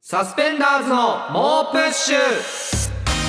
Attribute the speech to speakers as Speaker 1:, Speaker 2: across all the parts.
Speaker 1: サスペンダーズの猛プッシュ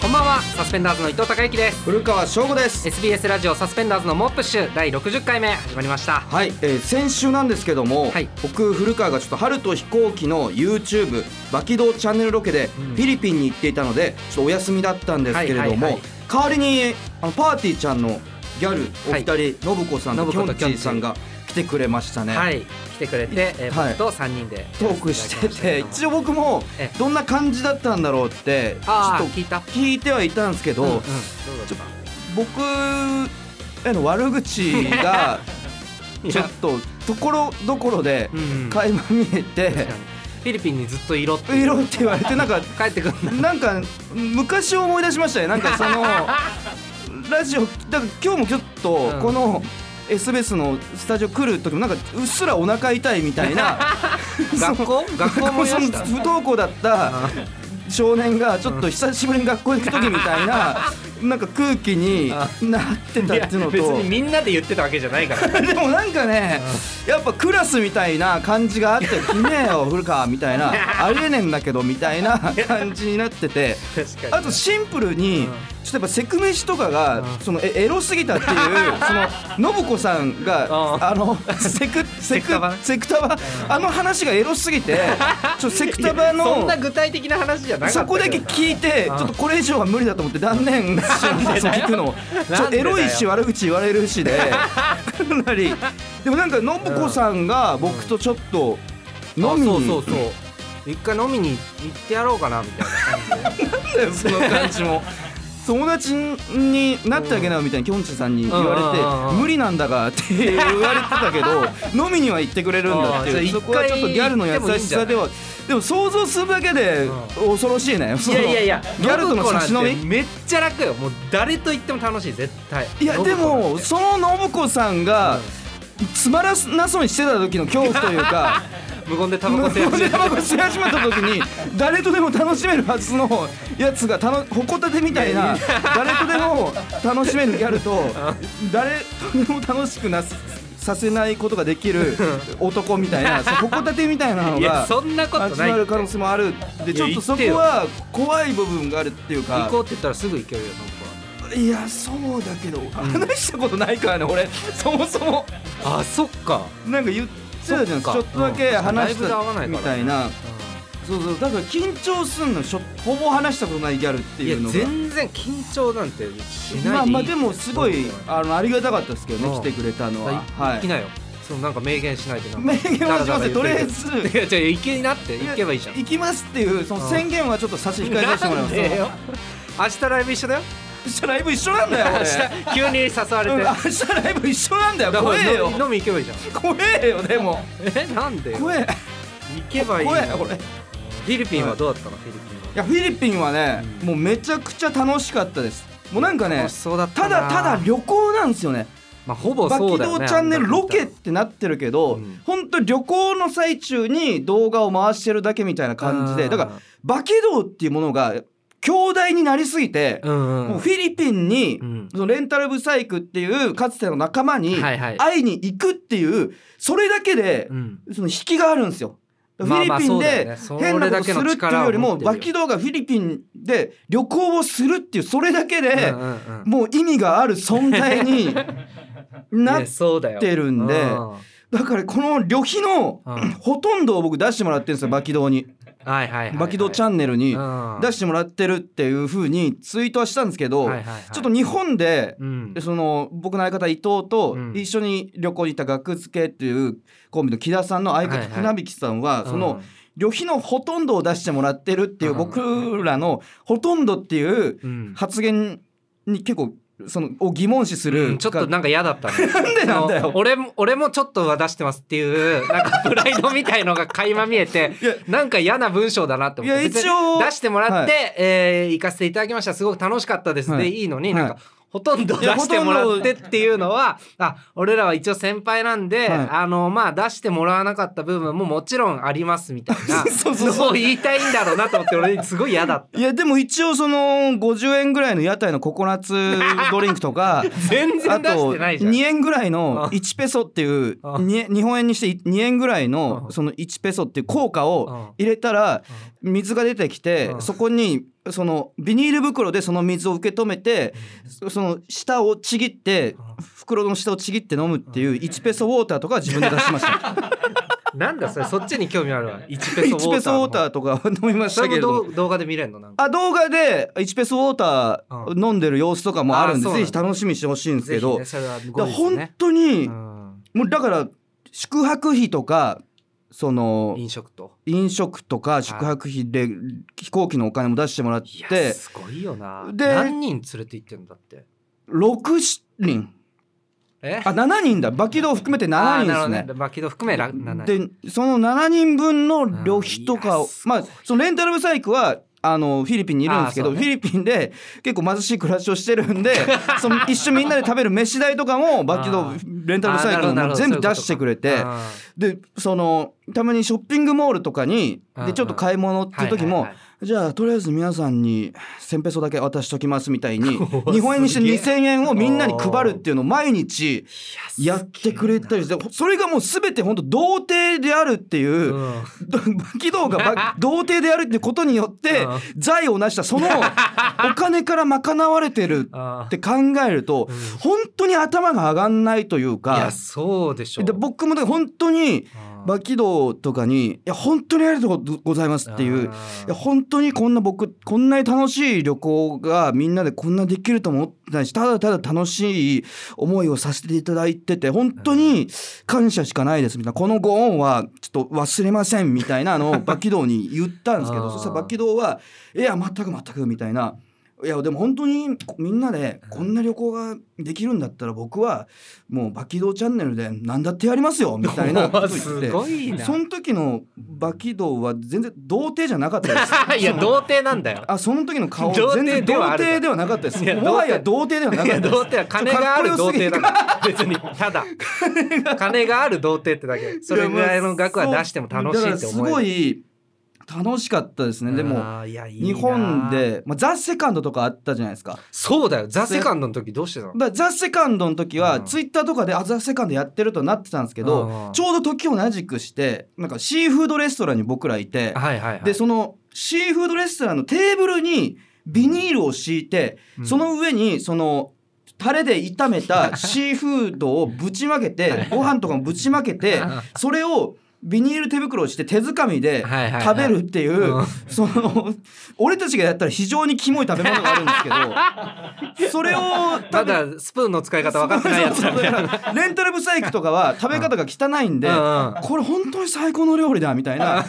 Speaker 1: こんばんはサスペンダーズの伊藤孝之です
Speaker 2: 古川翔吾です
Speaker 1: SBS ラジオサスペンダーズの猛プッシュ第60回目始まりました
Speaker 2: はい、えー先週なんですけども、
Speaker 1: はい
Speaker 2: 僕古川がちょっと春と飛行機の YouTube バキドーチャンネルロケでフィリピンに行っていたのでちょっとお休みだったんですけれども、
Speaker 1: はいはいはい
Speaker 2: 代わりにえーあのパーティーちゃんのギャルお
Speaker 1: はい
Speaker 2: 二人、信子さんと
Speaker 1: 信
Speaker 2: きょ
Speaker 1: 子
Speaker 2: ん
Speaker 1: と
Speaker 2: ちぃさんが来てくれましたね、
Speaker 1: はい来てくれて、えー
Speaker 2: はい
Speaker 1: 僕と3人で
Speaker 2: トークしてて一応僕も
Speaker 1: ええ
Speaker 2: どんな感じだったんだろうってちょ
Speaker 1: ああ
Speaker 2: っ
Speaker 1: 聞いた
Speaker 2: と聞いてはいたんですけど、
Speaker 1: うんうん
Speaker 2: ちょ僕への悪口が
Speaker 1: いや
Speaker 2: ちょっとところどころで
Speaker 1: うんうん
Speaker 2: 垣間見えて
Speaker 1: 確かにフィリピンにずっといろっ
Speaker 2: 「
Speaker 1: ていう
Speaker 2: 色」って言われてなんか
Speaker 1: 帰ってくるんだ
Speaker 2: なんか昔を思い出しましたねなんかその ラジオだから今日もちょっと
Speaker 1: うん
Speaker 2: この SBS のスタジオ来る時もなんかうっすらお腹痛いみたい な
Speaker 1: 学校学校もい
Speaker 2: そ
Speaker 1: ま
Speaker 2: の
Speaker 1: した
Speaker 2: 不登校だった少年がちょっと久しぶりに学校行く時みたいななんか空気になってたっていうの
Speaker 1: いや別
Speaker 2: と
Speaker 1: にみんなで言ってたわけじゃな いから
Speaker 2: でもなんかね、やっぱクラスみたいな感じがあって「ひねえよ古川」みたいな「ありえねえんだけど」みたいな感じになってて。
Speaker 1: 確
Speaker 2: あとシンプルに、
Speaker 1: うん
Speaker 2: ちょっとやっぱセクメシとかが、
Speaker 1: うん
Speaker 2: そのえエロすぎたっていう その信子さんが、
Speaker 1: うん
Speaker 2: あ のセクセ
Speaker 1: ク
Speaker 2: ク
Speaker 1: タバね
Speaker 2: セクタバ、あの話がエロすぎてちょっとセクタバ
Speaker 1: そん
Speaker 2: の
Speaker 1: な具体的な話じゃなかった
Speaker 2: そこだけ
Speaker 1: けど
Speaker 2: 聞いてち
Speaker 1: う
Speaker 2: ょ
Speaker 1: ん
Speaker 2: っとこれ以上は無理だと思って断念しました聞くのちょ
Speaker 1: なんでだ
Speaker 2: エ
Speaker 1: よ
Speaker 2: ロいし悪口言われるし でかなりでもなんか信子さんが僕とちょっと飲み
Speaker 1: あ
Speaker 2: に
Speaker 1: そうそうそう一回飲みに行ってやろうかなみたいな感じ
Speaker 2: な
Speaker 1: で
Speaker 2: んだ よその感じも友達になってあげなよみたいにきょんちぃさんに言わ
Speaker 1: うんうんうん
Speaker 2: れ
Speaker 1: う
Speaker 2: て
Speaker 1: ん
Speaker 2: 無理なんだがって言われてたけ ど飲みには行ってくれるんだって
Speaker 1: あー
Speaker 2: いう
Speaker 1: じゃ
Speaker 2: そ
Speaker 1: あ
Speaker 2: こは
Speaker 1: 一
Speaker 2: ちょ
Speaker 1: 回
Speaker 2: っとギャルの優しさではでも想像するだけで恐ろしいねそ
Speaker 1: い
Speaker 2: の
Speaker 1: やいやいや
Speaker 2: ギャルとの差し飲み
Speaker 1: 信子なんてめっちゃ楽よもう誰と行っても楽しい絶対
Speaker 2: いやでも
Speaker 1: 信
Speaker 2: その信子さん
Speaker 1: 子な
Speaker 2: が
Speaker 1: んて
Speaker 2: つまらなそうにしてた時の恐怖という か
Speaker 1: うん無言でタバコ吸い始め
Speaker 2: で
Speaker 1: た
Speaker 2: タバコ吸い始めた時に誰とでも楽しめるはずのやつがたのほこたてみたいな誰とでも楽しめるギャルと誰とでも楽しくなすさせないことができる男みたいなそうほこたてみたいなの
Speaker 1: い
Speaker 2: が
Speaker 1: やそんなことないって
Speaker 2: 始まる可能性もあるでちょっとそこは怖い部分があるっていう
Speaker 1: 行
Speaker 2: か
Speaker 1: こうって言ったらすぐ行けるよ信子
Speaker 2: いやそうだけど話したことないからね俺そもそも。
Speaker 1: はあそっか
Speaker 2: なんか言ってたじゃんち
Speaker 1: そっか
Speaker 2: ょっとだけ話し
Speaker 1: うん確かにライブで合わないか
Speaker 2: た
Speaker 1: らね
Speaker 2: みたいな、そうそうだから緊張すんのしょほぼ話したことないギャルって
Speaker 1: い
Speaker 2: い
Speaker 1: や
Speaker 2: うのが
Speaker 1: 全然緊張なんてしないでいい
Speaker 2: まあまあでもすごい
Speaker 1: うん
Speaker 2: あのありがたかったですけど
Speaker 1: うん
Speaker 2: ね来てくれたのはは
Speaker 1: 行き
Speaker 2: い
Speaker 1: なよそのなんか明言しないでなんか
Speaker 2: 明言はしません
Speaker 1: ダラダラ言ってる
Speaker 2: とりあえず
Speaker 1: いやじゃあ行けなって行けばいいじゃん
Speaker 2: 行きますっていうその宣言はちょっと差し控えさせても らいます
Speaker 1: なんでよ明日ライブ一緒だよ
Speaker 2: 明日ライブ一緒なんだよ
Speaker 1: 明日急に誘われ
Speaker 2: 俺
Speaker 1: て
Speaker 2: うん明
Speaker 1: だか
Speaker 2: 日ライブ一緒なんだよ
Speaker 1: ら
Speaker 2: 怖えよ
Speaker 1: 飲み飲み行けばいいじゃん
Speaker 2: 怖えよでも
Speaker 1: えなんでよ行
Speaker 2: 怖え
Speaker 1: けばいいの
Speaker 2: 怖
Speaker 1: に
Speaker 2: えこれい
Speaker 1: フィリピンはどうだったのフィリピンは
Speaker 2: やフィリピンはねもうめちゃくちゃ楽しかったですもうなんかね
Speaker 1: 楽しそうだった
Speaker 2: た
Speaker 1: な
Speaker 2: だただ旅行なんですよね
Speaker 1: まあほぼ
Speaker 2: バキド
Speaker 1: そうだよね
Speaker 2: ーチャンネルロケってなってるけど、
Speaker 1: うん
Speaker 2: ほんと旅行の最中に動画を回してるだけみたいな感じ
Speaker 1: う
Speaker 2: で
Speaker 1: ん
Speaker 2: だからバキドーっていうものが強大になりすぎて、
Speaker 1: うんうん
Speaker 2: もうフィリピンに、
Speaker 1: うん
Speaker 2: そのレンタルブサイクっていうかつての仲間に
Speaker 1: はいはい
Speaker 2: 会いに行くっていうそれだけで
Speaker 1: うん
Speaker 2: その引きがあるんですよ。フ
Speaker 1: まあま
Speaker 2: ィ
Speaker 1: あ
Speaker 2: リピ
Speaker 1: そ
Speaker 2: ン
Speaker 1: うだよ
Speaker 2: で
Speaker 1: ねそ
Speaker 2: 変な
Speaker 1: れ
Speaker 2: こ
Speaker 1: だ
Speaker 2: とす
Speaker 1: けの
Speaker 2: るっていう
Speaker 1: 力を持ってるよ
Speaker 2: よりもバキドーがフィリピンで旅行をするっていうそれだけで
Speaker 1: うんうんうん
Speaker 2: もう意味がある存在になっ
Speaker 1: ねそうだよ
Speaker 2: てるんで
Speaker 1: うんはい
Speaker 2: だからこの旅費の
Speaker 1: うん
Speaker 2: ほとんどを僕出してもらってるんですよバキドーに
Speaker 1: はいはいはい
Speaker 2: バキドーチャンネルに
Speaker 1: うん
Speaker 2: 出してもらってるっていうふうにツイートはしたんですけど
Speaker 1: はいはいはい
Speaker 2: ちょっと日本で
Speaker 1: うん
Speaker 2: その僕の相方伊藤と
Speaker 1: うん
Speaker 2: 一緒に旅行に行った学付けっていうコンビの木田さんの相
Speaker 1: はい
Speaker 2: 方
Speaker 1: はい
Speaker 2: 船引さんはその旅費のほとんどを出してもらってるっていううん僕らのほとんどっていう
Speaker 1: うん
Speaker 2: 発言に結構そのを疑問視す
Speaker 1: う
Speaker 2: る
Speaker 1: んちょっとなんか嫌だったね
Speaker 2: なんでなんだよ
Speaker 1: その俺も俺もちょっとは出してますっていうなんか プライドみたいのが垣間見えて
Speaker 2: いや
Speaker 1: なんか嫌な文章だなって思って
Speaker 2: いや
Speaker 1: 別に
Speaker 2: 一応
Speaker 1: 出してもらって、
Speaker 2: は
Speaker 1: えー行かせていただきましたすごく楽しかったです、
Speaker 2: は
Speaker 1: で
Speaker 2: い
Speaker 1: いいのに、
Speaker 2: はい
Speaker 1: なんかほとんど出してもらってっていうのはあ俺らは一応先輩なんで、
Speaker 2: はい
Speaker 1: あのまあ出してもらわなかった部分ももちろんありますみたいな
Speaker 2: そうそうそう
Speaker 1: のを言いたいんだろうなと思って俺すごい嫌だった
Speaker 2: いやでも一応その50円ぐらいの屋台のココナッ ツドリンクとか
Speaker 1: 全
Speaker 2: あ
Speaker 1: 然出し
Speaker 2: と
Speaker 1: てないじゃん
Speaker 2: 2円ぐらいの
Speaker 1: うん
Speaker 2: 1ペソっていう
Speaker 1: うん
Speaker 2: に日本円にして2円ぐらいうの
Speaker 1: ん
Speaker 2: その1ペソっていう効果を入れたら水が出てきて
Speaker 1: うん
Speaker 2: そこにそのビニール袋でその水を受け止めてそその下をちぎって
Speaker 1: う
Speaker 2: 袋の下をちぎって飲むっていう1ペソウォーターとかは自分で出しました
Speaker 1: なんだそれそっちに興味 あるわ1ペソウォータ
Speaker 2: 1
Speaker 1: ー
Speaker 2: ペソウォータ
Speaker 1: ー
Speaker 2: ーとかは飲みまし
Speaker 1: そ
Speaker 2: たけ
Speaker 1: れ
Speaker 2: れども
Speaker 1: もどう動画で見れるのなんか
Speaker 2: あ動画で1ペースウォーター飲んでる様子とかもあるんで、
Speaker 1: うんあー
Speaker 2: ぜひ楽しみにしてほしいんですけど、
Speaker 1: ぜひねそれ
Speaker 2: だ
Speaker 1: は後
Speaker 2: から
Speaker 1: 日
Speaker 2: 本
Speaker 1: ね
Speaker 2: 当に、
Speaker 1: うん
Speaker 2: もうだから宿泊費とかその
Speaker 1: 飲食と
Speaker 2: 飲食とか宿泊費で飛行機のお金も出してもらっ
Speaker 1: いや
Speaker 2: て
Speaker 1: すごいよな
Speaker 2: で
Speaker 1: 何人連れて行ってんだって
Speaker 2: 6人
Speaker 1: え
Speaker 2: あ7人だバキドを含めて7人です
Speaker 1: あーなる
Speaker 2: ね
Speaker 1: ほ。どバキド含めら7人
Speaker 2: でその7人分の旅費とか
Speaker 1: うんいや
Speaker 2: を
Speaker 1: すご
Speaker 2: ま
Speaker 1: い
Speaker 2: あそのレンタルブサイクはあのフィリピンにいるんですけど、
Speaker 1: あー
Speaker 2: フ
Speaker 1: そう
Speaker 2: ィリピンで結構貧しい暮らしをしてるんでその一緒みんなで食べる飯代とかもバキド
Speaker 1: あ
Speaker 2: レンタルブサイクルも全部出してくれてでそのたまにショッピングモールとかに
Speaker 1: うんう
Speaker 2: で
Speaker 1: ん
Speaker 2: ちょっと買い物っていう時も、じゃあとりあえず皆さんに1,000ペソだけ渡しときますみたいに
Speaker 1: お
Speaker 2: 日本円にして
Speaker 1: すげえ、
Speaker 2: 2,000円をみんなに配るっていうのを毎日やってくれたりしててそれがもう全て本当童貞であるっていう。
Speaker 1: うん
Speaker 2: 軌道が ば童貞であるってことによって
Speaker 1: うん
Speaker 2: 財を成した そのお金から賄われてる
Speaker 1: あ
Speaker 2: って考えると
Speaker 1: うん
Speaker 2: 本当に頭が上がんないという
Speaker 1: ーいや
Speaker 2: か
Speaker 1: そうでしょ
Speaker 2: で僕もね本当に馬軌道とかに「いや本当にありがとうございます」っていう
Speaker 1: あー
Speaker 2: いや本当にこんな僕こんなに楽しい旅行がみんなでこんなできるとも思ってないしただただ楽しい思いをさせていただいてて本当に感謝しかないですみたいなこのご恩はちょっと忘れませんみたいなのを バキドウに言ったんですけ
Speaker 1: あ
Speaker 2: ど
Speaker 1: ー
Speaker 2: そしたらバキドウはいや全く全くみたいな。いやでも本当にみんなでこんな旅行ができるんだったら僕はもうバキドウチャンネルで何だってやりますよみたいなこと言って
Speaker 1: すごいな
Speaker 2: その時の馬キ道は全然童貞じゃなかったです
Speaker 1: いや童貞なんだよ
Speaker 2: あその時の顔
Speaker 1: 童貞
Speaker 2: 全然童
Speaker 1: ではある
Speaker 2: 貞ではなかったです
Speaker 1: いや
Speaker 2: もはや童貞ではいなか
Speaker 1: や
Speaker 2: った
Speaker 1: 童貞は金がある童貞だから別にただ 金がある童貞ってだけそれぐらいの額は出しても楽しいって
Speaker 2: だから
Speaker 1: 思える
Speaker 2: すごい楽しかったですねでも
Speaker 1: あーいやいいな
Speaker 2: 日本で、まあ、ザ・セカンドとかあったじゃないですか
Speaker 1: そうだよザ・セカンドの時どうしてたの
Speaker 2: だからザ・セカンドの時は
Speaker 1: うん
Speaker 2: ツイッターとかで「あザ・セカンドやってる」となってたんですけど
Speaker 1: うん
Speaker 2: ちょうど時を同じくしてなんかシーフードレストランに僕らいて
Speaker 1: はいはいはい
Speaker 2: でそのシーフードレストランのテーブルにビニールを敷いて、
Speaker 1: うん
Speaker 2: その上にそのタレで炒めた シーフードをぶちまけてご飯とかもぶちまけ てそれをビニール手袋をして手づかみで
Speaker 1: はいはいはい
Speaker 2: 食べるっていう、
Speaker 1: うん
Speaker 2: その俺たちがやったら非常にキモい食べ物があるんですけど それを
Speaker 1: まだスプーンの使い方分かってないやつだみたいな
Speaker 2: そうそうそうレンタルブサイクとかは食べ方が汚いんで、
Speaker 1: うんうん
Speaker 2: これ本当に最高の料理だみたい な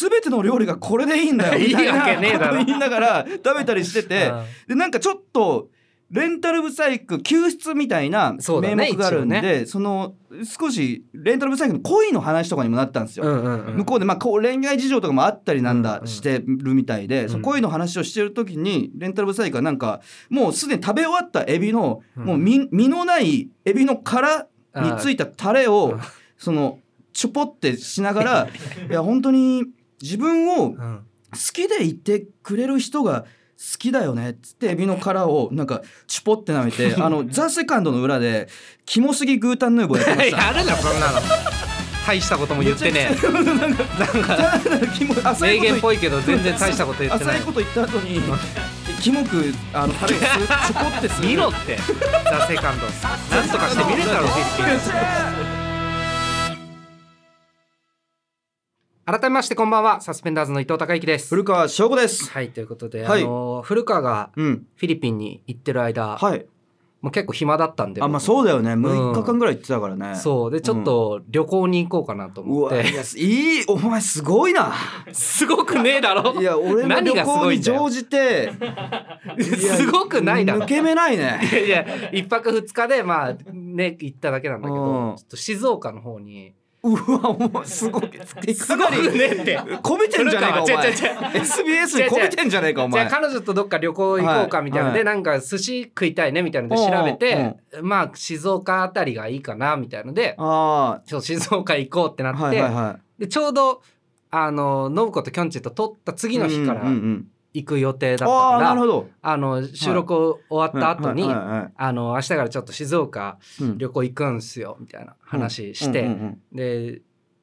Speaker 2: 全ての料理がこれでいいんだよみたい
Speaker 1: いいわけねえ
Speaker 2: な
Speaker 1: だ
Speaker 2: こ
Speaker 1: ろ
Speaker 2: とを言いながら食べたりしてて
Speaker 1: う
Speaker 2: で
Speaker 1: ん
Speaker 2: なんかちょっとレンタルブサイク救出みたいな
Speaker 1: そうだ
Speaker 2: 名
Speaker 1: ね
Speaker 2: 目があるんで
Speaker 1: 一
Speaker 2: そ,、の少しレンタルブサイクの恋の話とかにもなったんですよ。
Speaker 1: うんうんうん
Speaker 2: 向こうでまあこう恋愛事情とかもあったりなん
Speaker 1: うん
Speaker 2: だ
Speaker 1: うん
Speaker 2: してるみたいで、
Speaker 1: ん
Speaker 2: その恋の話をしてる時にレンタルブサイクはなんかもうすでに食べ終わったエビの
Speaker 1: うん
Speaker 2: もう身身のないエビの殻についたタレを
Speaker 1: あー
Speaker 2: そのちょぽってしなが らいや本当に自分を好
Speaker 1: うん
Speaker 2: きでいてくれる人が好きだよねっつってエビの殻をなんかちょぽって舐め てあのザ・セカンドの裏でキモすぎグータンヌーボーやってました。
Speaker 1: やるなそんなの大したことも言ってねえ
Speaker 2: キモあそういうこと言
Speaker 1: 名言
Speaker 2: っ
Speaker 1: っぽいけど全然大したこと言ってな
Speaker 2: 浅
Speaker 1: い
Speaker 2: いこと言った後にキモくあの彼がすちょこってする
Speaker 1: 見ろってザ・セカンドなんとかして 見れたろフィリピン改めましてこんばんはサスペンダーズの伊藤孝之です
Speaker 2: 古川翔吾です
Speaker 1: はいということで、
Speaker 2: はい
Speaker 1: あの古川が
Speaker 2: うん
Speaker 1: フィリピンに行ってる間、
Speaker 2: はい
Speaker 1: もう結構暇だったんで
Speaker 2: あまあ
Speaker 1: う
Speaker 2: そうだよね
Speaker 1: ん
Speaker 2: 6日間ぐらい行ってたからね、
Speaker 1: そうでちょっと旅行に行こうかなと
Speaker 2: う
Speaker 1: 思っ
Speaker 2: わ
Speaker 1: て、
Speaker 2: いや いいお前すごいな
Speaker 1: すごくねえだろ
Speaker 2: いや俺の旅
Speaker 1: 何がすご
Speaker 2: 行
Speaker 1: い
Speaker 2: に
Speaker 1: んだよ
Speaker 2: 乗じ ていや
Speaker 1: すごくないだろ
Speaker 2: 抜け目ないね
Speaker 1: いやいや一泊二日でまあね行っただけなんだけ
Speaker 2: うん
Speaker 1: どちょっと静岡の方に
Speaker 2: うわもうすごい
Speaker 1: すごい ねって
Speaker 2: こびてんじゃねえかお前
Speaker 1: 違う違う違う
Speaker 2: SBS にこびてんじゃねえかお
Speaker 1: じゃ
Speaker 2: 前
Speaker 1: あ彼女とどっか旅行行こうかみたいなので、
Speaker 2: はい
Speaker 1: なんか寿司食いたいねみたいなので調べて、まあ静岡あたりがいいかなみたいので
Speaker 2: あ
Speaker 1: そう静岡行こうってな
Speaker 2: あ
Speaker 1: って、
Speaker 2: はいはいは
Speaker 1: でちょうどあの信子ときょんちぃと撮った
Speaker 2: い
Speaker 1: 次の日から
Speaker 2: うんうんうん
Speaker 1: 行く予定だった
Speaker 2: ああ
Speaker 1: か
Speaker 2: ー
Speaker 1: ら、
Speaker 2: なるほど
Speaker 1: あの収録を終わった後に、
Speaker 2: はいはいはい
Speaker 1: あの明日からちょっと静岡
Speaker 2: うん
Speaker 1: 旅行行くんすよみたいな話して、
Speaker 2: うんうん
Speaker 1: で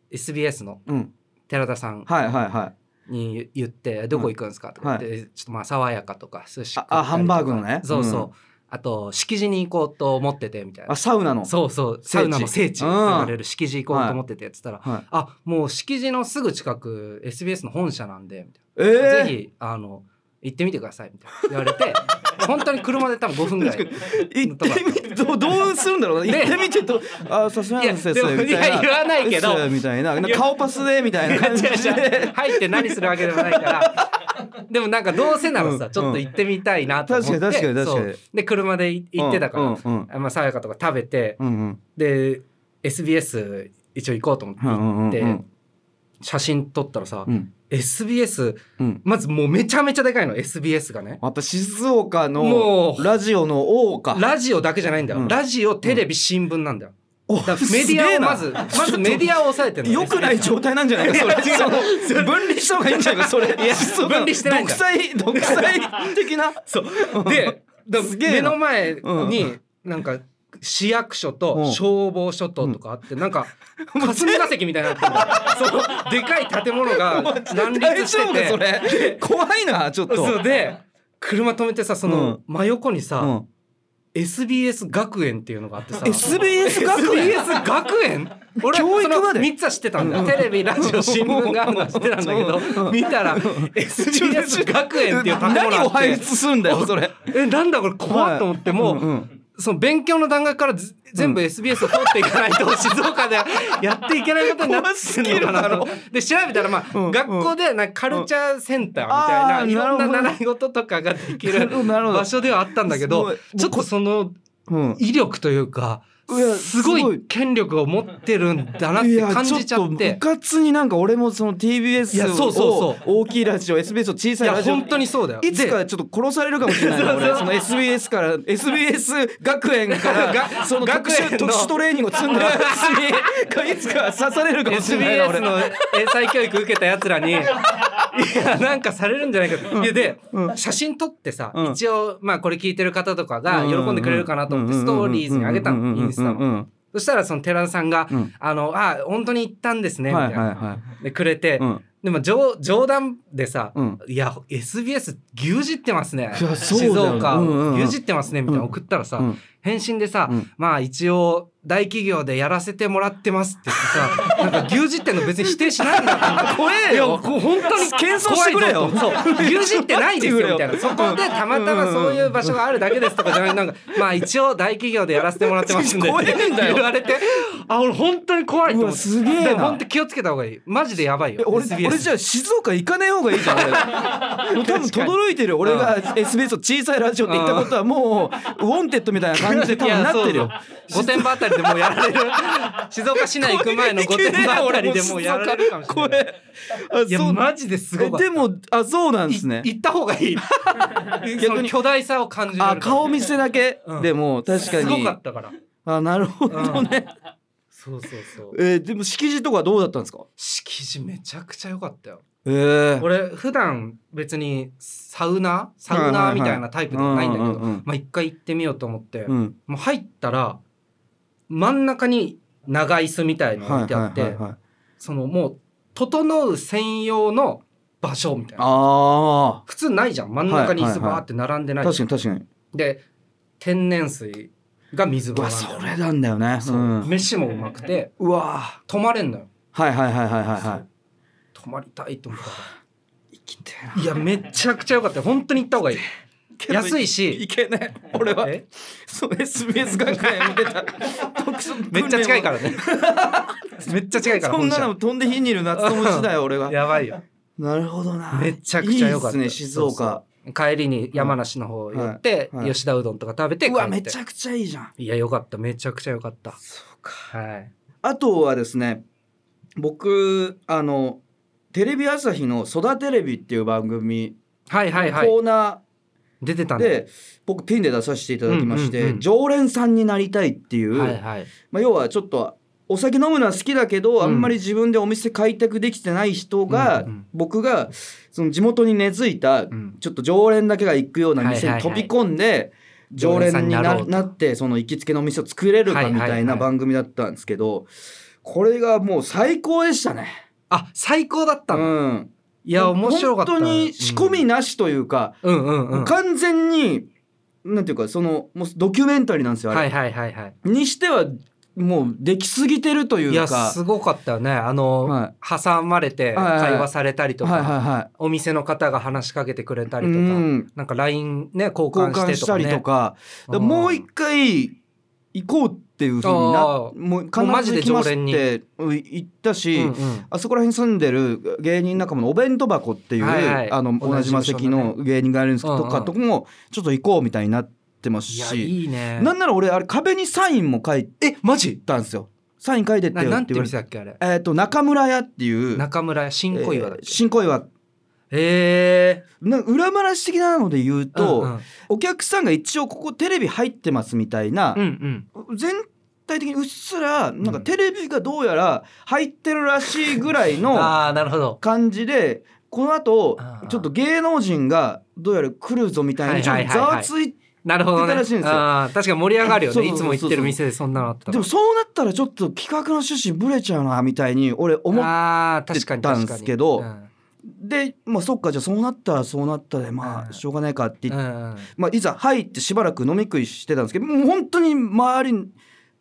Speaker 1: SBS の
Speaker 2: うんうん
Speaker 1: 寺田さん
Speaker 2: はいはいはい
Speaker 1: に言って「どこ行くんですか?」とか言って、ちょっとまあ爽やかとか寿司食ったりとか
Speaker 2: ああハンバーグのね
Speaker 1: そうそう、
Speaker 2: うん
Speaker 1: あと敷地に行こうと思っててみたい
Speaker 2: あ
Speaker 1: な
Speaker 2: サウナの
Speaker 1: そうそう
Speaker 2: 聖地
Speaker 1: サウナの聖地
Speaker 2: うん
Speaker 1: 流れる敷地行こうと思っててっつったら「
Speaker 2: はい
Speaker 1: あもう敷地のすぐ近く SBS の本社なんで」みたい
Speaker 2: え
Speaker 1: な
Speaker 2: え
Speaker 1: ぜひあの行ってみてください」みたいな言わ れて本当に車で多分5分ぐらい。
Speaker 2: 行ってみてどうどうするんだろうな行
Speaker 1: ね
Speaker 2: ってみてとあさすが
Speaker 1: いや
Speaker 2: 先
Speaker 1: で
Speaker 2: 生
Speaker 1: も
Speaker 2: み
Speaker 1: い
Speaker 2: たい
Speaker 1: や
Speaker 2: な
Speaker 1: 言わないけど
Speaker 2: うっすみたいななんか顔パスでみたいな感じで
Speaker 1: 入って何するわけでもないからでもなんかどうせならさ、
Speaker 2: うん
Speaker 1: ちょっと行ってみたいなと思って
Speaker 2: 確かに確かに確かに
Speaker 1: そうで車で行ってたから、
Speaker 2: うんうん
Speaker 1: まあ、爽やかとか食べて
Speaker 2: うんうん
Speaker 1: で SBS 一応行こうと思って行って、
Speaker 2: うんうんうん
Speaker 1: 写真撮ったらさ、
Speaker 2: うん
Speaker 1: SBS
Speaker 2: うん
Speaker 1: まずもうめちゃめちゃでかいの SBS がね
Speaker 2: やっぱ静岡
Speaker 1: も
Speaker 2: の
Speaker 1: う
Speaker 2: ラジオの王か
Speaker 1: ラジオだけじゃないんだよ、
Speaker 2: うん
Speaker 1: ラジオテレビ新聞なんだよ、
Speaker 2: お
Speaker 1: だからメディアをますず
Speaker 2: げえな
Speaker 1: まずメディアを抑えてるの
Speaker 2: 良くない状態なんじゃないかそれ
Speaker 1: いや違う
Speaker 2: その分離した方がいいんじゃないかそれ静岡の
Speaker 1: 分離してないん
Speaker 2: 独
Speaker 1: だ
Speaker 2: 裁独裁的な
Speaker 1: そうで だ
Speaker 2: すげえ
Speaker 1: 目
Speaker 2: な
Speaker 1: の前
Speaker 2: う
Speaker 1: になんか市役所
Speaker 2: う
Speaker 1: と
Speaker 2: ん
Speaker 1: 消防署ととかあってなんか霞が関みたいになってる のそのでかい建物が乱
Speaker 2: 大
Speaker 1: 立
Speaker 2: 丈夫か
Speaker 1: してて
Speaker 2: それ怖いなちょっと
Speaker 1: そうで車止めてさその真横にさ、
Speaker 2: うん
Speaker 1: SBS 学園っていうのが あってさ
Speaker 2: SBS 学園
Speaker 1: SBS 学園俺
Speaker 2: 教育まで
Speaker 1: その3つは知ってたんだよテレビラジオ新聞があるのは知ってたんだけど見たら SBS 学園っていう建物
Speaker 2: 何
Speaker 1: あ
Speaker 2: を
Speaker 1: っ
Speaker 2: 排
Speaker 1: て
Speaker 2: 出すんだよそれ
Speaker 1: えなんだこれ怖っと思っても
Speaker 2: うんうん
Speaker 1: うその勉強の段階からず全部 SBS を通っていかない と静岡でやっていけないことになってるのかなと
Speaker 2: 怖
Speaker 1: で調べたらま
Speaker 2: うんう
Speaker 1: あ
Speaker 2: ん
Speaker 1: 学校でなんかカルチャーセンターみたい
Speaker 2: あー
Speaker 1: ないろん
Speaker 2: なるほど
Speaker 1: な習い事とかができ
Speaker 2: な
Speaker 1: る
Speaker 2: るほどなるほど
Speaker 1: 場所ではあったんだけ
Speaker 2: すご
Speaker 1: ど
Speaker 2: い
Speaker 1: ちょっとその
Speaker 2: うん
Speaker 1: 威力というか
Speaker 2: いや
Speaker 1: すご
Speaker 2: すごい
Speaker 1: い権力を持ってるんだなっ
Speaker 2: い
Speaker 1: て
Speaker 2: や
Speaker 1: 感じちゃっ
Speaker 2: ょっと
Speaker 1: て
Speaker 2: う。かつになんか俺もその
Speaker 1: い
Speaker 2: TBS
Speaker 1: やそうそうそう
Speaker 2: を大きいラジオ SBS を小
Speaker 1: い
Speaker 2: さい
Speaker 1: や
Speaker 2: ラジオ
Speaker 1: 本当にそうだよ。
Speaker 2: いつ
Speaker 1: で
Speaker 2: かちょっと殺されるかもしれないな俺その SBS から SBS 学園からがその特
Speaker 1: 学園
Speaker 2: 殊
Speaker 1: の
Speaker 2: 特殊トレーニングを積んでるやつにいつか刺されるかもしれないな
Speaker 1: SBS
Speaker 2: 俺。
Speaker 1: の英才教育受けたやつらにいやなんかされるんじゃないかといやで、写真撮ってさ、
Speaker 2: うん
Speaker 1: 一応まあこれ聞いてる方とかが喜んでくれるかなと思ってストーリーズに上げたのインスタの。
Speaker 2: の。
Speaker 1: そしたらその寺田さんが「
Speaker 2: うん
Speaker 1: あのあ本当に行ったんですね」み
Speaker 2: は
Speaker 1: た
Speaker 2: い
Speaker 1: い
Speaker 2: はい
Speaker 1: な、
Speaker 2: は
Speaker 1: でくれて、
Speaker 2: い。うん
Speaker 1: でも冗冗談でさ、
Speaker 2: うん
Speaker 1: いや SBS 牛耳ってますね
Speaker 2: いやそうだ
Speaker 1: 静
Speaker 2: よ
Speaker 1: 岡、
Speaker 2: うんうんうん
Speaker 1: 牛耳ってますねみたいなの送ったらさ、
Speaker 2: うん
Speaker 1: 返信でさ、
Speaker 2: うん
Speaker 1: まあ一応大企業でやらせてもらってますって言 ってさなんか牛耳ってんの別に否定しないん だ
Speaker 2: 怖え
Speaker 1: いやこ
Speaker 2: よ
Speaker 1: う。本当に
Speaker 2: 謙遜してくれよ
Speaker 1: 怖いぞとそう 牛耳ってないですよみたいな
Speaker 2: 待ってくれ
Speaker 1: そこでたまたまそういう場所があるだけですとかじゃないなんかまあ一応大企業でやらせてもらってますん で
Speaker 2: 怖えんだよ
Speaker 1: 言われてあ俺本当に怖いと
Speaker 2: う
Speaker 1: 思っ
Speaker 2: わ
Speaker 1: て
Speaker 2: すげえな
Speaker 1: でも本当気をつけた方がいいマジでやばいよ
Speaker 2: え俺
Speaker 1: SBS
Speaker 2: 俺じゃあ静岡行かねえ方がいいじゃん 俺もう多分轟いてるよ俺が SBS を小さいラジオって言ったことはもうウォンテッドみたいな感じで多分なってるよ
Speaker 1: いや そうそう御殿場あたりでもうやら れる静岡市内行く前の御殿場あたりでもうやられるかもしれない
Speaker 2: い。あ
Speaker 1: いや
Speaker 2: そう
Speaker 1: マジですごかった
Speaker 2: えでもあそうなんですね
Speaker 1: い。行った方が いいその巨大さを感じられ
Speaker 2: あ
Speaker 1: る
Speaker 2: 顔見せだけ、
Speaker 1: うん
Speaker 2: でも確か
Speaker 1: すご
Speaker 2: に
Speaker 1: かったから
Speaker 2: あなるほどね。
Speaker 1: そうそうそう
Speaker 2: えーでも敷地とかどうだったんですか。
Speaker 1: 敷地めちゃくちゃ良かったよ
Speaker 2: えー、
Speaker 1: 俺普段別にサウナサウナーみたいなタイプではないんだけ
Speaker 2: うんうんうんうん
Speaker 1: どまあ一回行ってみようと思って
Speaker 2: うん。
Speaker 1: もう入ったら真ん中に長椅子みたいの置いてあって
Speaker 2: はい。
Speaker 1: そのもう整う専用の場所みたいな
Speaker 2: あ
Speaker 1: 普通ないじゃん真ん中に椅
Speaker 2: はい
Speaker 1: 子
Speaker 2: はいはい
Speaker 1: バーって並んで
Speaker 2: あ
Speaker 1: ない
Speaker 2: 確かに確かに。
Speaker 1: で天然水が水
Speaker 2: う
Speaker 1: 風
Speaker 2: わ
Speaker 1: 呂なんだ
Speaker 2: そ
Speaker 1: よ
Speaker 2: れなんだよね。
Speaker 1: そう
Speaker 2: うん
Speaker 1: 飯もうまくて
Speaker 2: うわ
Speaker 1: 泊まれんのよ
Speaker 2: はいはいはいはいはいはい。
Speaker 1: 泊まりたいと思ったか
Speaker 2: 生きて
Speaker 1: らいやめちゃくちゃ良かったよ本当に行った方がいい
Speaker 2: えな
Speaker 1: 安いし
Speaker 2: いけねえ俺は
Speaker 1: え
Speaker 2: そう SBS 学園見てた
Speaker 1: めっちゃ近いから らねめっちゃ近いから
Speaker 2: そんな
Speaker 1: 本
Speaker 2: の飛んで火にいる夏友時代俺は
Speaker 1: 社やばいよ
Speaker 2: なるほどな
Speaker 1: めちゃくちゃ良かった
Speaker 2: いいっすね静岡
Speaker 1: そうそう帰りに山梨の方寄って、
Speaker 2: はいはい
Speaker 1: 吉田うどんとか食べて帰
Speaker 2: う
Speaker 1: って
Speaker 2: わめちゃくちゃいいじゃん
Speaker 1: いや良かっためちゃくちゃ良かった
Speaker 2: そうか
Speaker 1: はい
Speaker 2: あとはですね僕あのテレビ朝日の「そだテレビ」っていう番組
Speaker 1: はいはいはい
Speaker 2: コーナ
Speaker 1: 出てた
Speaker 2: ー
Speaker 1: んだ
Speaker 2: で僕ピンで出させていただきまして、
Speaker 1: うんうんうん
Speaker 2: 常連さんになりたいっていう、
Speaker 1: はいはい
Speaker 2: まあ、要はちょっとお酒飲むのは好きだけど、あんまり自分でお店開拓できてない人が、
Speaker 1: うんうん
Speaker 2: 僕がその地元に根付いた、
Speaker 1: ん
Speaker 2: ちょっと常連だけが行くような店
Speaker 1: は
Speaker 2: に
Speaker 1: いはい
Speaker 2: 飛
Speaker 1: はい
Speaker 2: び込んで、常連にな
Speaker 1: 常連さんになろうと
Speaker 2: なってその行きつけのお店を作れるかみ
Speaker 1: はい
Speaker 2: た
Speaker 1: はいいは
Speaker 2: ない番組だったんですけど、これがもう最高でしたね。
Speaker 1: あ最高だった
Speaker 2: う
Speaker 1: の
Speaker 2: ん、
Speaker 1: いや面白かった
Speaker 2: 本当に仕込みなしというか、
Speaker 1: うんうんうんは
Speaker 2: 完全になんていうかそのもうドキュメンタリーなんですよあれ、
Speaker 1: いはいはいはい
Speaker 2: にしてはもうできすぎてるという
Speaker 1: いや
Speaker 2: か
Speaker 1: すごかったよねあの、
Speaker 2: は
Speaker 1: 挟まれ
Speaker 2: は
Speaker 1: て
Speaker 2: いはいはい
Speaker 1: 会話されたりとか、
Speaker 2: はいはいはい
Speaker 1: お店の方が話しかけてくれたりとか、
Speaker 2: うん
Speaker 1: なんか LINE ね交
Speaker 2: 交
Speaker 1: 換し
Speaker 2: 換
Speaker 1: て
Speaker 2: し
Speaker 1: と
Speaker 2: た
Speaker 1: か、
Speaker 2: り
Speaker 1: ね、
Speaker 2: とかだからもう一回行こうっていうふうにな
Speaker 1: あー
Speaker 2: もう必
Speaker 1: もうマジ
Speaker 2: ず
Speaker 1: で
Speaker 2: 行きますっ
Speaker 1: 常連に
Speaker 2: てうん行ったし、
Speaker 1: うんうん
Speaker 2: あそこら辺住んでる芸人仲間のお弁当箱っていう、
Speaker 1: はいはい
Speaker 2: あの
Speaker 1: 同じ
Speaker 2: 同じ魔石の芸人がいるんですけど、
Speaker 1: うんう
Speaker 2: と
Speaker 1: ん
Speaker 2: かとかもちょっと行こうみたいになってます
Speaker 1: いや
Speaker 2: し
Speaker 1: いいね
Speaker 2: なんなら俺あれ壁にサインも書い
Speaker 1: えマジ
Speaker 2: たんですよサイン書いてって
Speaker 1: な
Speaker 2: よ
Speaker 1: な
Speaker 2: っ
Speaker 1: ん
Speaker 2: て
Speaker 1: て
Speaker 2: 言われて、
Speaker 1: 店だっけあれ
Speaker 2: えー、と中村屋っていう
Speaker 1: 中村屋新小岩だっ
Speaker 2: えー
Speaker 1: け
Speaker 2: 新小岩
Speaker 1: え
Speaker 2: な裏話的なので言う
Speaker 1: ー、
Speaker 2: と、
Speaker 1: うんうん
Speaker 2: お客さんが一応ここテレビ入ってますみたいな、
Speaker 1: うんうん
Speaker 2: 全体的にうっすらなんか
Speaker 1: うん
Speaker 2: テレビがどうやら入ってるらしいぐらいの
Speaker 1: ああなるほど
Speaker 2: 感じでこの後
Speaker 1: あー
Speaker 2: ちょっと芸能人がどうやら来るぞみたいにちょっ
Speaker 1: はい
Speaker 2: と
Speaker 1: は
Speaker 2: ざ
Speaker 1: いはい
Speaker 2: わ
Speaker 1: はい
Speaker 2: つい
Speaker 1: なるほどね
Speaker 2: 出たらしいんですよ
Speaker 1: あー確かに盛り上がるよ
Speaker 2: そう
Speaker 1: ね
Speaker 2: そうそう
Speaker 1: いつ
Speaker 2: そう
Speaker 1: も行ってる店でそんなのあったら
Speaker 2: でもそうなったらちょっと企画の趣旨ぶれちゃうなみたいに俺思っ
Speaker 1: あー確かに確かに
Speaker 2: てたんですけど
Speaker 1: うん
Speaker 2: てまあそっかじゃあそうなったらそうなったでま
Speaker 1: う
Speaker 2: あ
Speaker 1: ん
Speaker 2: しょうがないかって言って
Speaker 1: うんうん
Speaker 2: まあ、いざ入ってしばらく飲み食いしてたんですけどもう本当に周り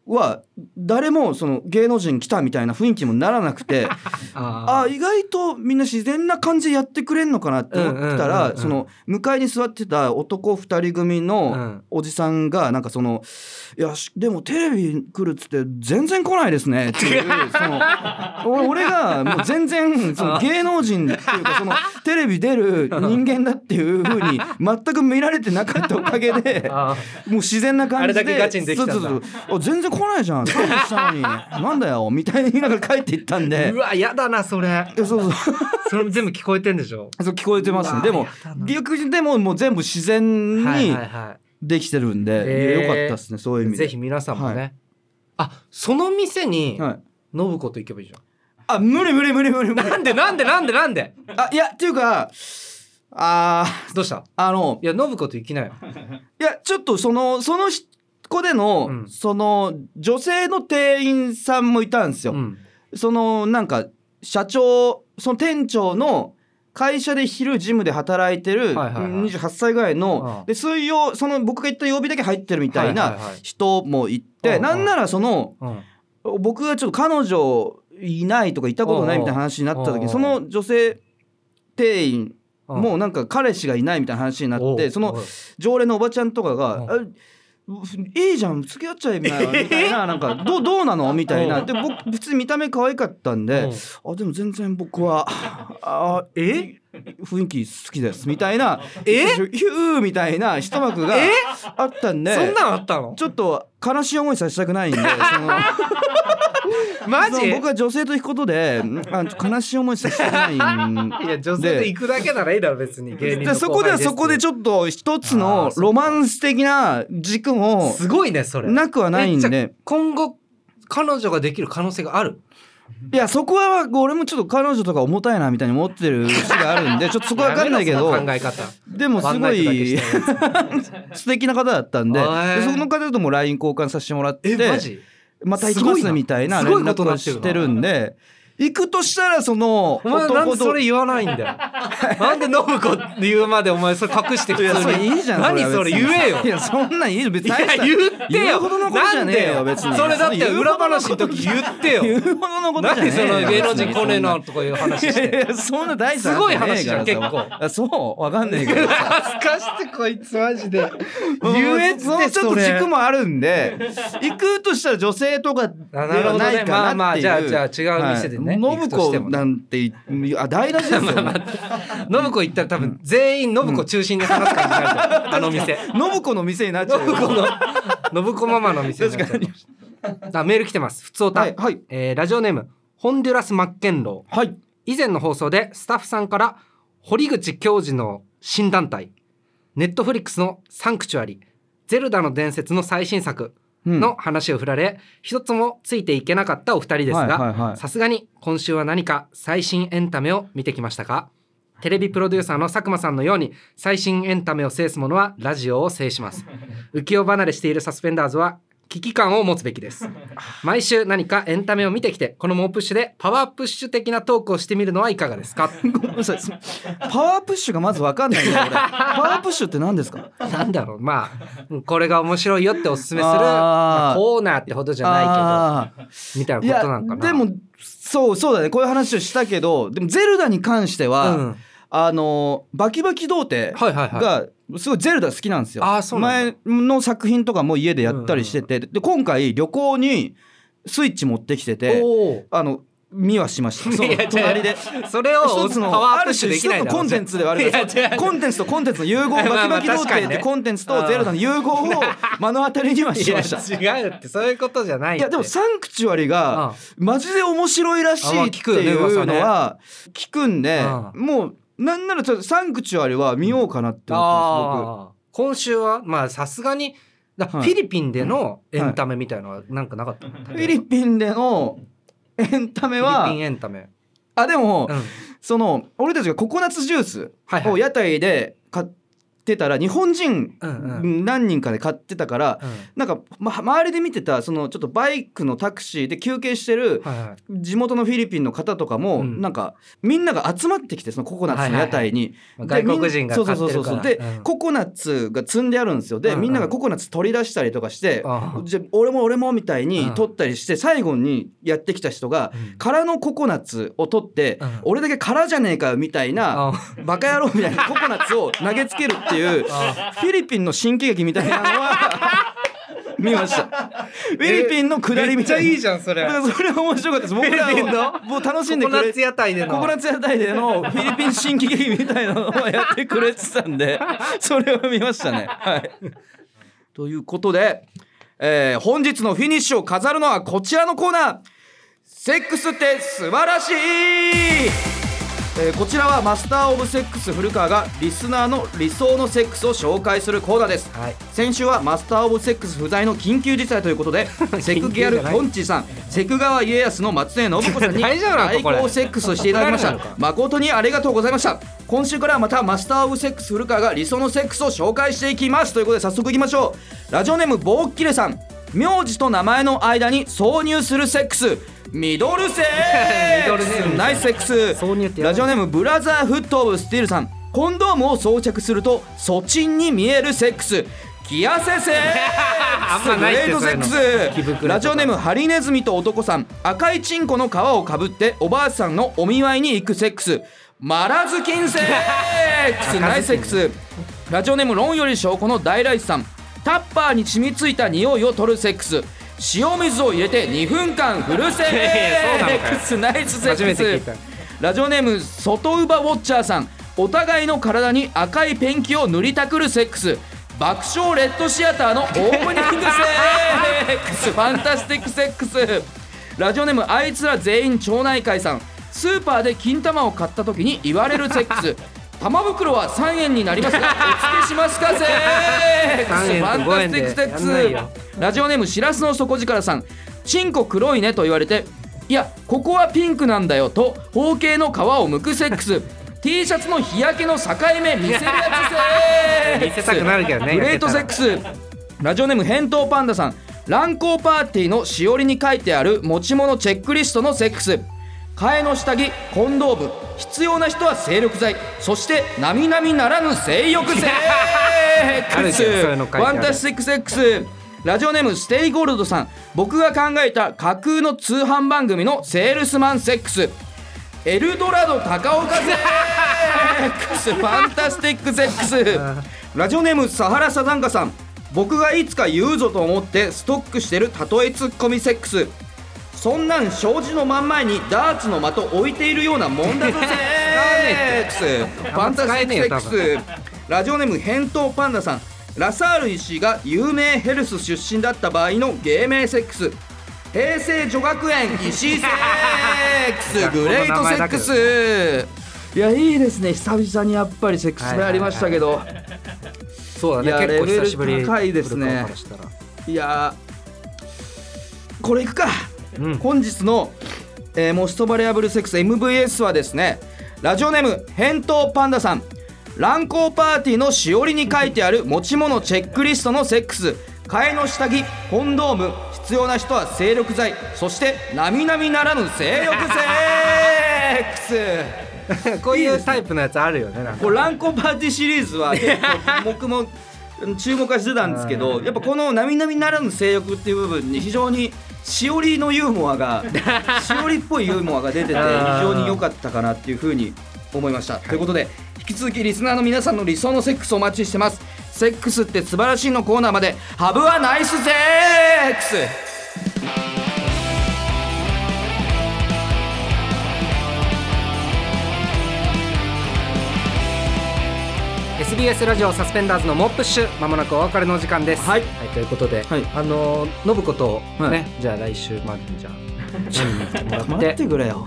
Speaker 2: は誰もその芸能人来たみたいな雰囲気にもならなく てあ
Speaker 1: あ
Speaker 2: あ
Speaker 1: ー
Speaker 2: 意外とみんな自然な感じでやってくれんのかなって思ってたら、
Speaker 1: うんうんうんうん
Speaker 2: その向かいに座ってた男2人組
Speaker 1: う
Speaker 2: の
Speaker 1: ん
Speaker 2: おじさんがなんかその「いやしでもテレビ来るっつって全然来ないですね」っていうそ のお俺がもう全然その芸能人っていうかそのテレビ出る人間だっていうふうに全く見られてなかったおかげで。
Speaker 1: あー
Speaker 2: もう自然な感じで
Speaker 1: あれだけガチにできたんだ
Speaker 2: そうそうそうあ全然来ないじゃんそうしたの になんだよみたいになんか帰っていったんで
Speaker 1: うわやだなそれ
Speaker 2: いやそうそう
Speaker 1: それ全部聞こえてんでしょ
Speaker 2: そう聞こえてますねで
Speaker 1: う
Speaker 2: も
Speaker 1: わやだな
Speaker 2: 逆にでももう全部自然
Speaker 1: はい
Speaker 2: に
Speaker 1: はいは
Speaker 2: できてるんで、いや
Speaker 1: へー
Speaker 2: よかったですねそういう意
Speaker 1: い
Speaker 2: 味で
Speaker 1: ぜひ皆さんもね、
Speaker 2: は
Speaker 1: あその店に
Speaker 2: はい、
Speaker 1: 信子と行けばいいじゃ
Speaker 2: あ無理無理無理無理無
Speaker 1: ん
Speaker 2: 理
Speaker 1: なんでなんでなんでなんで
Speaker 2: あいやっていうかあー
Speaker 1: どうした
Speaker 2: あの
Speaker 1: いや信子と行きなよ
Speaker 2: いやちょっとそのそのしこでの、
Speaker 1: うん
Speaker 2: その女性の店員さんもいたんですよ、
Speaker 1: うん
Speaker 2: そのなんか社長その店長の会社で昼ジムで働いてる
Speaker 1: はいはいはい
Speaker 2: 28歳ぐらいの
Speaker 1: うん
Speaker 2: で水曜その僕が行った曜日だけ入ってるみたい
Speaker 1: はい
Speaker 2: な
Speaker 1: はいはい
Speaker 2: 人も行って、
Speaker 1: うんうん
Speaker 2: なんならその
Speaker 1: うん
Speaker 2: 僕がちょっと彼女いないとかいたことないみたいな話になった時
Speaker 1: うんう
Speaker 2: に
Speaker 1: ん
Speaker 2: その女性店員
Speaker 1: うん
Speaker 2: もうなんか彼氏がいないみたいな話になっ
Speaker 1: おう
Speaker 2: てその
Speaker 1: おう
Speaker 2: 常連のおばちゃんとかが「
Speaker 1: う
Speaker 2: あいいじゃん付き合っちゃえみたいな」みたい ななんか「どうどうなの?」みたいなで僕別に見た目可愛かったんで「あでも全然僕はあえ雰囲気好きです」みたいな「
Speaker 1: え
Speaker 2: ヒュー」みたいな一幕が
Speaker 1: え
Speaker 2: あったんで
Speaker 1: そんなんあったの
Speaker 2: ちょっと悲しい思いさせたくないんでその
Speaker 1: マ
Speaker 2: そ
Speaker 1: ジ
Speaker 2: の僕は女性と行くこと であ悲しい思いさせたくないん
Speaker 1: いや女性と行くだけならいいだろ別に芸人
Speaker 2: で
Speaker 1: の
Speaker 2: そこではそこで
Speaker 1: ょ
Speaker 2: ちょっと一つ
Speaker 1: あ
Speaker 2: の
Speaker 1: ーそっか
Speaker 2: ロマンス的な軸も
Speaker 1: すごいねそれ
Speaker 2: なくはないん
Speaker 1: えじゃ
Speaker 2: で
Speaker 1: あ今後彼女ができる可能性がある
Speaker 2: いやそこは俺もちょっと彼女とか重たいなみたいに思ってる節がある んでちょっとそこは分かんないけど
Speaker 1: やめろその考
Speaker 2: で
Speaker 1: え
Speaker 2: も
Speaker 1: 方
Speaker 2: すごい素敵な方だったんで
Speaker 1: へー
Speaker 2: でその方とも LINE 交換させてもらって
Speaker 1: えマジ
Speaker 2: また行きますみたいな
Speaker 1: す
Speaker 2: 連
Speaker 1: ごいな
Speaker 2: 絡をしてるんで行くとしたらその
Speaker 1: お前なんで
Speaker 2: 男
Speaker 1: そ
Speaker 2: と
Speaker 1: れ言わないんだよなんで信子って言うまでお前それ隠して
Speaker 2: い
Speaker 1: 普
Speaker 2: やそ
Speaker 1: 通
Speaker 2: れ
Speaker 1: に
Speaker 2: いいじゃん
Speaker 1: 何それ
Speaker 2: は別に
Speaker 1: 言えよ
Speaker 2: いやそんなんいいよ別
Speaker 1: い
Speaker 2: に
Speaker 1: や
Speaker 2: 大した
Speaker 1: 言って
Speaker 2: 言う
Speaker 1: よ
Speaker 2: ほどのことじゃねえよ
Speaker 1: なん
Speaker 2: 別
Speaker 1: で
Speaker 2: に
Speaker 1: それだって
Speaker 2: 言うほ
Speaker 1: 裏
Speaker 2: どの
Speaker 1: 話の時言って よ
Speaker 2: 言うほどのことじゃね
Speaker 1: 何そ
Speaker 2: えよ
Speaker 1: の芸能人来ねえなとかいう話し
Speaker 2: いや
Speaker 1: て
Speaker 2: いやそんな大したねえからさ
Speaker 1: すごい話じゃん結構
Speaker 2: あそうわかんねえけど
Speaker 1: すかしてこいつマジで
Speaker 2: 優
Speaker 1: 優
Speaker 2: 越
Speaker 1: 越
Speaker 2: の
Speaker 1: で
Speaker 2: ちょっ
Speaker 1: そ
Speaker 2: と軸
Speaker 1: れ
Speaker 2: もあるんで 行くとしたら女性とかで
Speaker 1: あなるほ
Speaker 2: は
Speaker 1: どね
Speaker 2: ないかなっていう、
Speaker 1: まあまあじゃあじゃあ違う店で
Speaker 2: は
Speaker 1: ね
Speaker 2: い
Speaker 1: 行くとして
Speaker 2: 信子
Speaker 1: もね
Speaker 2: なんていあ大なしですよ
Speaker 1: 信子行ったら多分全員信子中心に話す感じになると思うあの店
Speaker 2: 信子の店になっちゃう
Speaker 1: 信
Speaker 2: よ
Speaker 1: 子の信子ママの店になっちゃうかもしれないあメール来てます普通おた、
Speaker 2: はいはい
Speaker 1: えーラジオネームホンデュラス・マッケンロー
Speaker 2: はい
Speaker 1: 以前の放送でスタッフさんから堀口教授の新団体ネットフリックスの「サンクチュアリ」「ゼルダの伝説」の最新作の話を振られ、一つもついていけなかったお二人です
Speaker 2: はい
Speaker 1: が
Speaker 2: はいはい
Speaker 1: さすがに今週は何か最新エンタメを見てきましたかテレビプロデューサーの佐久間さんのように最新エンタメを制すものはラジオを制 します浮世離れしているサスペンダーズは危機感を持つべき です毎週何かエンタメを見てきてこの猛プッシュでパワープッシュ的なトークをしてみるのはいかがで すか
Speaker 2: ごめんなさいそパワープッシュがまず分かんないんだよ 俺パワープッシュって何ですか
Speaker 1: なんだろうまあこれが面白いよっておすすめする
Speaker 2: あー
Speaker 1: まあコーナーってほどじゃない
Speaker 2: ないけど
Speaker 1: けどみた
Speaker 2: い
Speaker 1: いなこ
Speaker 2: や
Speaker 1: となんかな
Speaker 2: でもそうそうだねこういう話をしたけどでも「ゼルダ」に関しては、
Speaker 1: うん
Speaker 2: あのバキバキ童貞
Speaker 1: はいはいはい
Speaker 2: がすごい「ゼルダ」好きなんですよ。
Speaker 1: あーそうなん
Speaker 2: 前の作品とかも家でやったりしてて、で今回旅行にスイッチ持ってきてて
Speaker 1: お ー
Speaker 2: あの見はしま したそ
Speaker 1: いや違
Speaker 2: の
Speaker 1: う
Speaker 2: 隣で。
Speaker 1: それを
Speaker 2: 一つの
Speaker 1: パワー
Speaker 2: あ
Speaker 1: プッ
Speaker 2: る
Speaker 1: シ
Speaker 2: 種
Speaker 1: ュで
Speaker 2: 一つ
Speaker 1: きない
Speaker 2: の
Speaker 1: だろ
Speaker 2: コンテンツではあるから
Speaker 1: いや違う
Speaker 2: コンテンツとコンテンツの融合バ
Speaker 1: まあまあ
Speaker 2: キバキ童
Speaker 1: 確か
Speaker 2: 貞
Speaker 1: に
Speaker 2: っ
Speaker 1: ね
Speaker 2: てコンテンツと「ゼルダ」の融 合を目の当たりにはしました。
Speaker 1: いや違うってそういうことじゃないっ
Speaker 2: い
Speaker 1: て
Speaker 2: やでもサンクチュアリがマジで面白いらし
Speaker 1: あまあ
Speaker 2: いって
Speaker 1: 聞くよね
Speaker 2: いう
Speaker 1: 噂
Speaker 2: の
Speaker 1: ね
Speaker 2: は聞くんで
Speaker 1: う
Speaker 2: もうなんならちょっとサンクチュアリは見ようかなって思って
Speaker 1: ああ今週はまあさすがにだフ
Speaker 2: はい
Speaker 1: ィリピンでのエンタメみたいのはなんかなかった、
Speaker 2: ます僕フィリピンでのエンタメ
Speaker 1: フィリ
Speaker 2: は
Speaker 1: ピンエンタメ、
Speaker 2: あでも
Speaker 1: うん、
Speaker 2: その俺たちがココナッツジュース
Speaker 1: はいはい
Speaker 2: を屋台で買ってたら日本人
Speaker 1: うんうん
Speaker 2: 何人かで買ってたからなんかま周りで見てたそのちょっとバイクのタクシーで休憩してる
Speaker 1: はいはい
Speaker 2: 地元のフィリピンの方とかも、
Speaker 1: うん
Speaker 2: なんかみんなが集まってきてそのココナッツの屋台に、
Speaker 1: まあ
Speaker 2: で
Speaker 1: 外国人が
Speaker 2: みん
Speaker 1: 買ってる
Speaker 2: そうそうそう
Speaker 1: か
Speaker 2: そうで、
Speaker 1: らうん
Speaker 2: ココナッツが積んであるんですよで、
Speaker 1: うんうん
Speaker 2: みんながココナッツ取り出したりとかして、
Speaker 1: ああ
Speaker 2: じゃ俺も俺もみたいうに
Speaker 1: ん
Speaker 2: 取ったりして、最後にやってきた人が
Speaker 1: うん
Speaker 2: 空のココナッツを取って、
Speaker 1: うん
Speaker 2: 俺だけ空じゃねえかよみたいな、
Speaker 1: あ
Speaker 2: バカ野郎みたいな ココナッツを投げつけるっていうフ
Speaker 1: あ
Speaker 2: ィリピンの新喜劇みたいなのは 見ました。フィリピンの下りみたいな。
Speaker 1: じゃんそれ
Speaker 2: だからそれは面白かったです。僕ら
Speaker 1: フィリピン
Speaker 2: は
Speaker 1: の
Speaker 2: もう楽し
Speaker 1: コ
Speaker 2: んで
Speaker 1: コ
Speaker 2: く
Speaker 1: ナ
Speaker 2: れ
Speaker 1: ッツ屋台での
Speaker 2: ココナッツ屋台で のフィリピン新喜劇みたいなのをやってくれてたんで、それは見ましたね。はい。ということで、えー本日のフィニッシュを飾るのはこちらのコーナー。セックスって素晴らしい、えーこちらはマスター・オブ・セックス古川がリスナーの理想のセックスを紹介するコーナーです、
Speaker 1: はい
Speaker 2: 先週はマスター・オブ・セックス不在の緊急事態ということで セクギャル・きょんちぃさんセク川家康の松江信子さんに
Speaker 1: 大丈夫なのか
Speaker 2: 最
Speaker 1: これ
Speaker 2: 高セックスをしていただきまし
Speaker 1: 大丈夫な
Speaker 2: た
Speaker 1: のか
Speaker 2: 誠にありがとうございました今週からはまたマスター・オブ・セックス古川が理想のセックスを紹介していきますということで早速いきましょうラジオネームボーッキレさん名字と名前の間に挿入するセックスミドルセックス
Speaker 1: ミドルネーム
Speaker 2: ナイスセックス
Speaker 1: 挿入ってやばい
Speaker 2: ラジオネームブラザーフット・オブ・スティールさんコンドームを装着すると粗賃に見えるセックス気痩せセックス
Speaker 1: あんまないっ
Speaker 2: グ
Speaker 1: て
Speaker 2: レートセック
Speaker 1: そういうの着
Speaker 2: ス
Speaker 1: 袋
Speaker 2: ラジオネームハリネズミと男さん赤いチンコの皮をかぶっておばあさんのお見舞いに行くセックスマラズキンセック スナイスセックスラジオネーム論より証拠の大来さんタッパーに染みついた匂いを取るセックス塩水を入れて2分間振るセ
Speaker 1: いやいやそうなの
Speaker 2: ッ
Speaker 1: か
Speaker 2: ク
Speaker 1: よ
Speaker 2: スナイスセックス
Speaker 1: 初めて聞いた
Speaker 2: ラジオネーム外乳バウォッチャーさんお互いの体に赤いペンキを塗りたくるセックス爆笑レッドシアターのオープニングセックスファンタスティックセックスラジオネームあいつら全員町内会さんスーパーで金玉を買った時に言われるセックス玉袋は3円になりますがお付けしますかセック
Speaker 1: 三
Speaker 2: ス
Speaker 1: 円
Speaker 2: フ
Speaker 1: と
Speaker 2: ァン
Speaker 1: 五
Speaker 2: タス
Speaker 1: 円
Speaker 2: ティックセッ
Speaker 1: でやんないよ
Speaker 2: クスラジオネームしらすの底力さん「チンコ黒いね」と言われて「いやここはピンクなんだよ」と包茎の皮を剥くセックス T シャツの日焼けの境目見せるやつセックス
Speaker 1: 見せたくなるけどね
Speaker 2: グレートセックスラジオネーム返答パンダさん乱行パーティーのしおりに書いてある持ち物チェックリストのセックス替えの下着コンドーム必要な人は精力剤そして並々ならぬ性欲セッ
Speaker 1: ある
Speaker 2: ク
Speaker 1: じゃんそういうの書い
Speaker 2: ス
Speaker 1: てある
Speaker 2: ワンタスティックセックスラジオネームステイゴールドさん僕が考えた架空の通販番組のセールスマンセックスエルドラド高岡セックスファンタスティックセックスラジオネームサハラサザンカさん僕がいつか言うぞと思ってストックしてるたとえツッコミセックスそんなん障子の真ん前にダーツの的置いているようなも んだぞセックスファンタスティックセックスラジオネーム返答パンダさんラサール石井が有名ヘルス出身だった場合の芸名セックス平成女学園石井セック スグレートセックスいやいいですね久々にやっぱりセックスもやりましたけど、
Speaker 1: そうだ
Speaker 2: いや
Speaker 1: ね結構久しぶ
Speaker 2: レベ
Speaker 1: り
Speaker 2: ル高いですね
Speaker 1: 来るかもしれない
Speaker 2: い、やーこれいくか
Speaker 1: うん
Speaker 2: 本日の、えーモストバリアブルセックス MVS はですねラジオネーム返答パンダさん乱行パーティーのしおりに書いてある持ち物チェックリストのセックス替えの下着コンドーム必要な人は精力剤そして並々ならぬ精力セックス
Speaker 1: こういうタイプのやつあるよねなんか
Speaker 2: こう乱行パーティーシリーズ は結構僕も注目はしてたんですけどやっぱこの「並々ならぬ性欲」っていう部分に非常にしおりのユーモア がしおりっぽいユーモアが出てて非常に良かったかなっていうふうに思いました。ということで引き続きリスナーの皆さんの理想のセックスをお待ちしてます。セックスって素晴らしいのコーナーまでハブはナイスセックス
Speaker 1: うん SBS ラジオサスペンダーズのモップッシュまもなくお別れの時間です
Speaker 2: はい
Speaker 1: ということで、
Speaker 2: はい
Speaker 1: あのー信子とね、
Speaker 2: はい
Speaker 1: じゃあ来週までにじゃあ飲みに行ってもらって
Speaker 2: くれよ。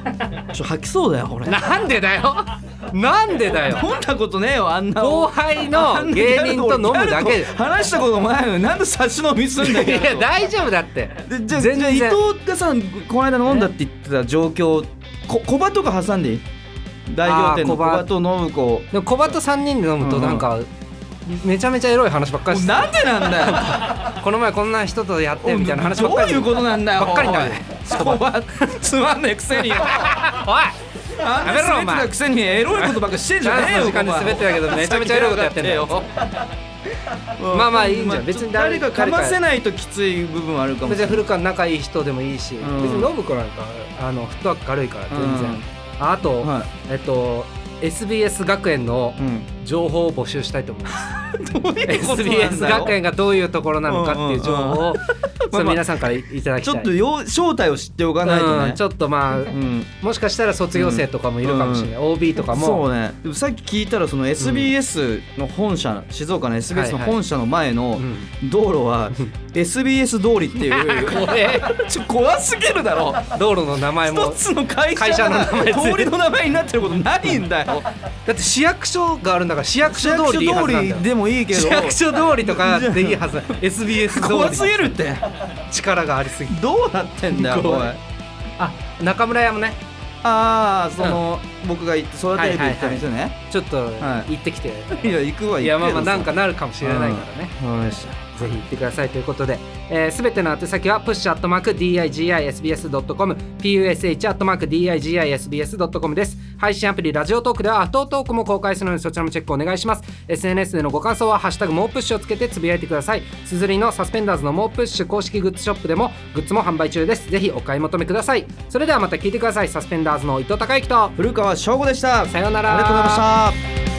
Speaker 2: ちょ吐きそうだよこれ。
Speaker 1: なんでだ よなんでだよ
Speaker 2: 飲んだことねえよあんな。
Speaker 1: 後輩の芸人と飲むだけで
Speaker 2: 話したこともないのになんで差し飲みすんだ
Speaker 1: い
Speaker 2: よ
Speaker 1: や大丈夫だって
Speaker 2: でじゃあ
Speaker 1: 全然
Speaker 2: じゃあ伊藤がさこの間飲んだって言ってた状況こ小葉とか挟んでいい大行店の
Speaker 1: あー小
Speaker 2: 小
Speaker 1: 葉
Speaker 2: 葉と信子も
Speaker 1: でも小バと3人で飲むと
Speaker 2: うんうん
Speaker 1: なんかめちゃめちゃエロい話ばっかり
Speaker 2: う
Speaker 1: して
Speaker 2: なんでなんだ よ
Speaker 1: この前こんな人とやってみたいな話ばっかり
Speaker 2: どういうことなんだよ
Speaker 1: ばっかりだ
Speaker 2: おい小葉つまんねえくせに
Speaker 1: お
Speaker 2: や
Speaker 1: やめろお前
Speaker 2: くせにエロいことばっかしてんじゃ ねえよ
Speaker 1: ダンスの時間に
Speaker 2: お前
Speaker 1: 滑ってたけどめちゃめちゃエロいことやってんだよまあまあいいんじゃん別に誰
Speaker 2: 誰かかませないときつい部分あるか
Speaker 1: い
Speaker 2: もし
Speaker 1: 別
Speaker 2: れ
Speaker 1: に
Speaker 2: ない
Speaker 1: 古川仲いい人でもいいし、
Speaker 2: ん
Speaker 1: 別に信子なんかあのフットワーク軽いから全然、
Speaker 2: うん
Speaker 1: ああと、
Speaker 2: は
Speaker 1: えっと SBS 学園の情報を募集したいと思い ます、
Speaker 2: どういう ことなんだよ
Speaker 1: SBS 学園がどういうところなのかっていう情報 を、それ皆さんからいただき
Speaker 2: ち
Speaker 1: たい
Speaker 2: ょっとよ正体を知っておかないと
Speaker 1: う
Speaker 2: ね
Speaker 1: んちょっとまあ、
Speaker 2: うん
Speaker 1: もしかしたら卒業生とかもいるかもしれない、OB とかも
Speaker 2: そうねでもさっき聞いたらその SBS の本社、静岡の SBS の本社の前の
Speaker 1: う
Speaker 2: 道路は SBS 通りっていう
Speaker 1: これ
Speaker 2: ちょ怖すぎるだろ
Speaker 1: 道路の名前
Speaker 2: 一
Speaker 1: も
Speaker 2: つの会
Speaker 1: 会社
Speaker 2: 社
Speaker 1: の名
Speaker 2: が
Speaker 1: 前全部
Speaker 2: 通りの名前になってることないんだよ
Speaker 1: だって市役所があるんだから市役
Speaker 2: 市
Speaker 1: 所
Speaker 2: 役所
Speaker 1: 通りでいいは
Speaker 2: 通
Speaker 1: ずなんだ
Speaker 2: り
Speaker 1: よ
Speaker 2: でもいいけど
Speaker 1: 市 役所通りとかでいいは ず SBS 通り
Speaker 2: 怖すぎるって
Speaker 1: 力がありすぎる
Speaker 2: どうなってんだよおい
Speaker 1: 怖いあ中村屋もね
Speaker 2: ああその、僕が育てるって言った店ね、
Speaker 1: ちょっと
Speaker 2: は
Speaker 1: 行ってきて、、
Speaker 2: いや行くはい行く
Speaker 1: やまあ
Speaker 2: け
Speaker 1: まあ
Speaker 2: どさ
Speaker 1: なんかなるかもしれないからね、
Speaker 2: わかりました
Speaker 1: ぜひ行ってくださいということで、えー、全ての宛先は push.digisbs.com push.digisbs.com です配信アプリラジオトークではアフトートークも公開するのでそちらもチェックお願いします SNS でのご感想は「ハッシュタグもうプッシュ」をつけてつぶやいてくださいすずりのサスペンダーズのもうプッシュ公式グッズショップでもグッズも販売中ですぜひお買い求めくださいそれではまた聞いてくださいサスペンダーズの伊藤孝之と
Speaker 2: 古川翔吾でした
Speaker 1: さようなら
Speaker 2: ありがとうございました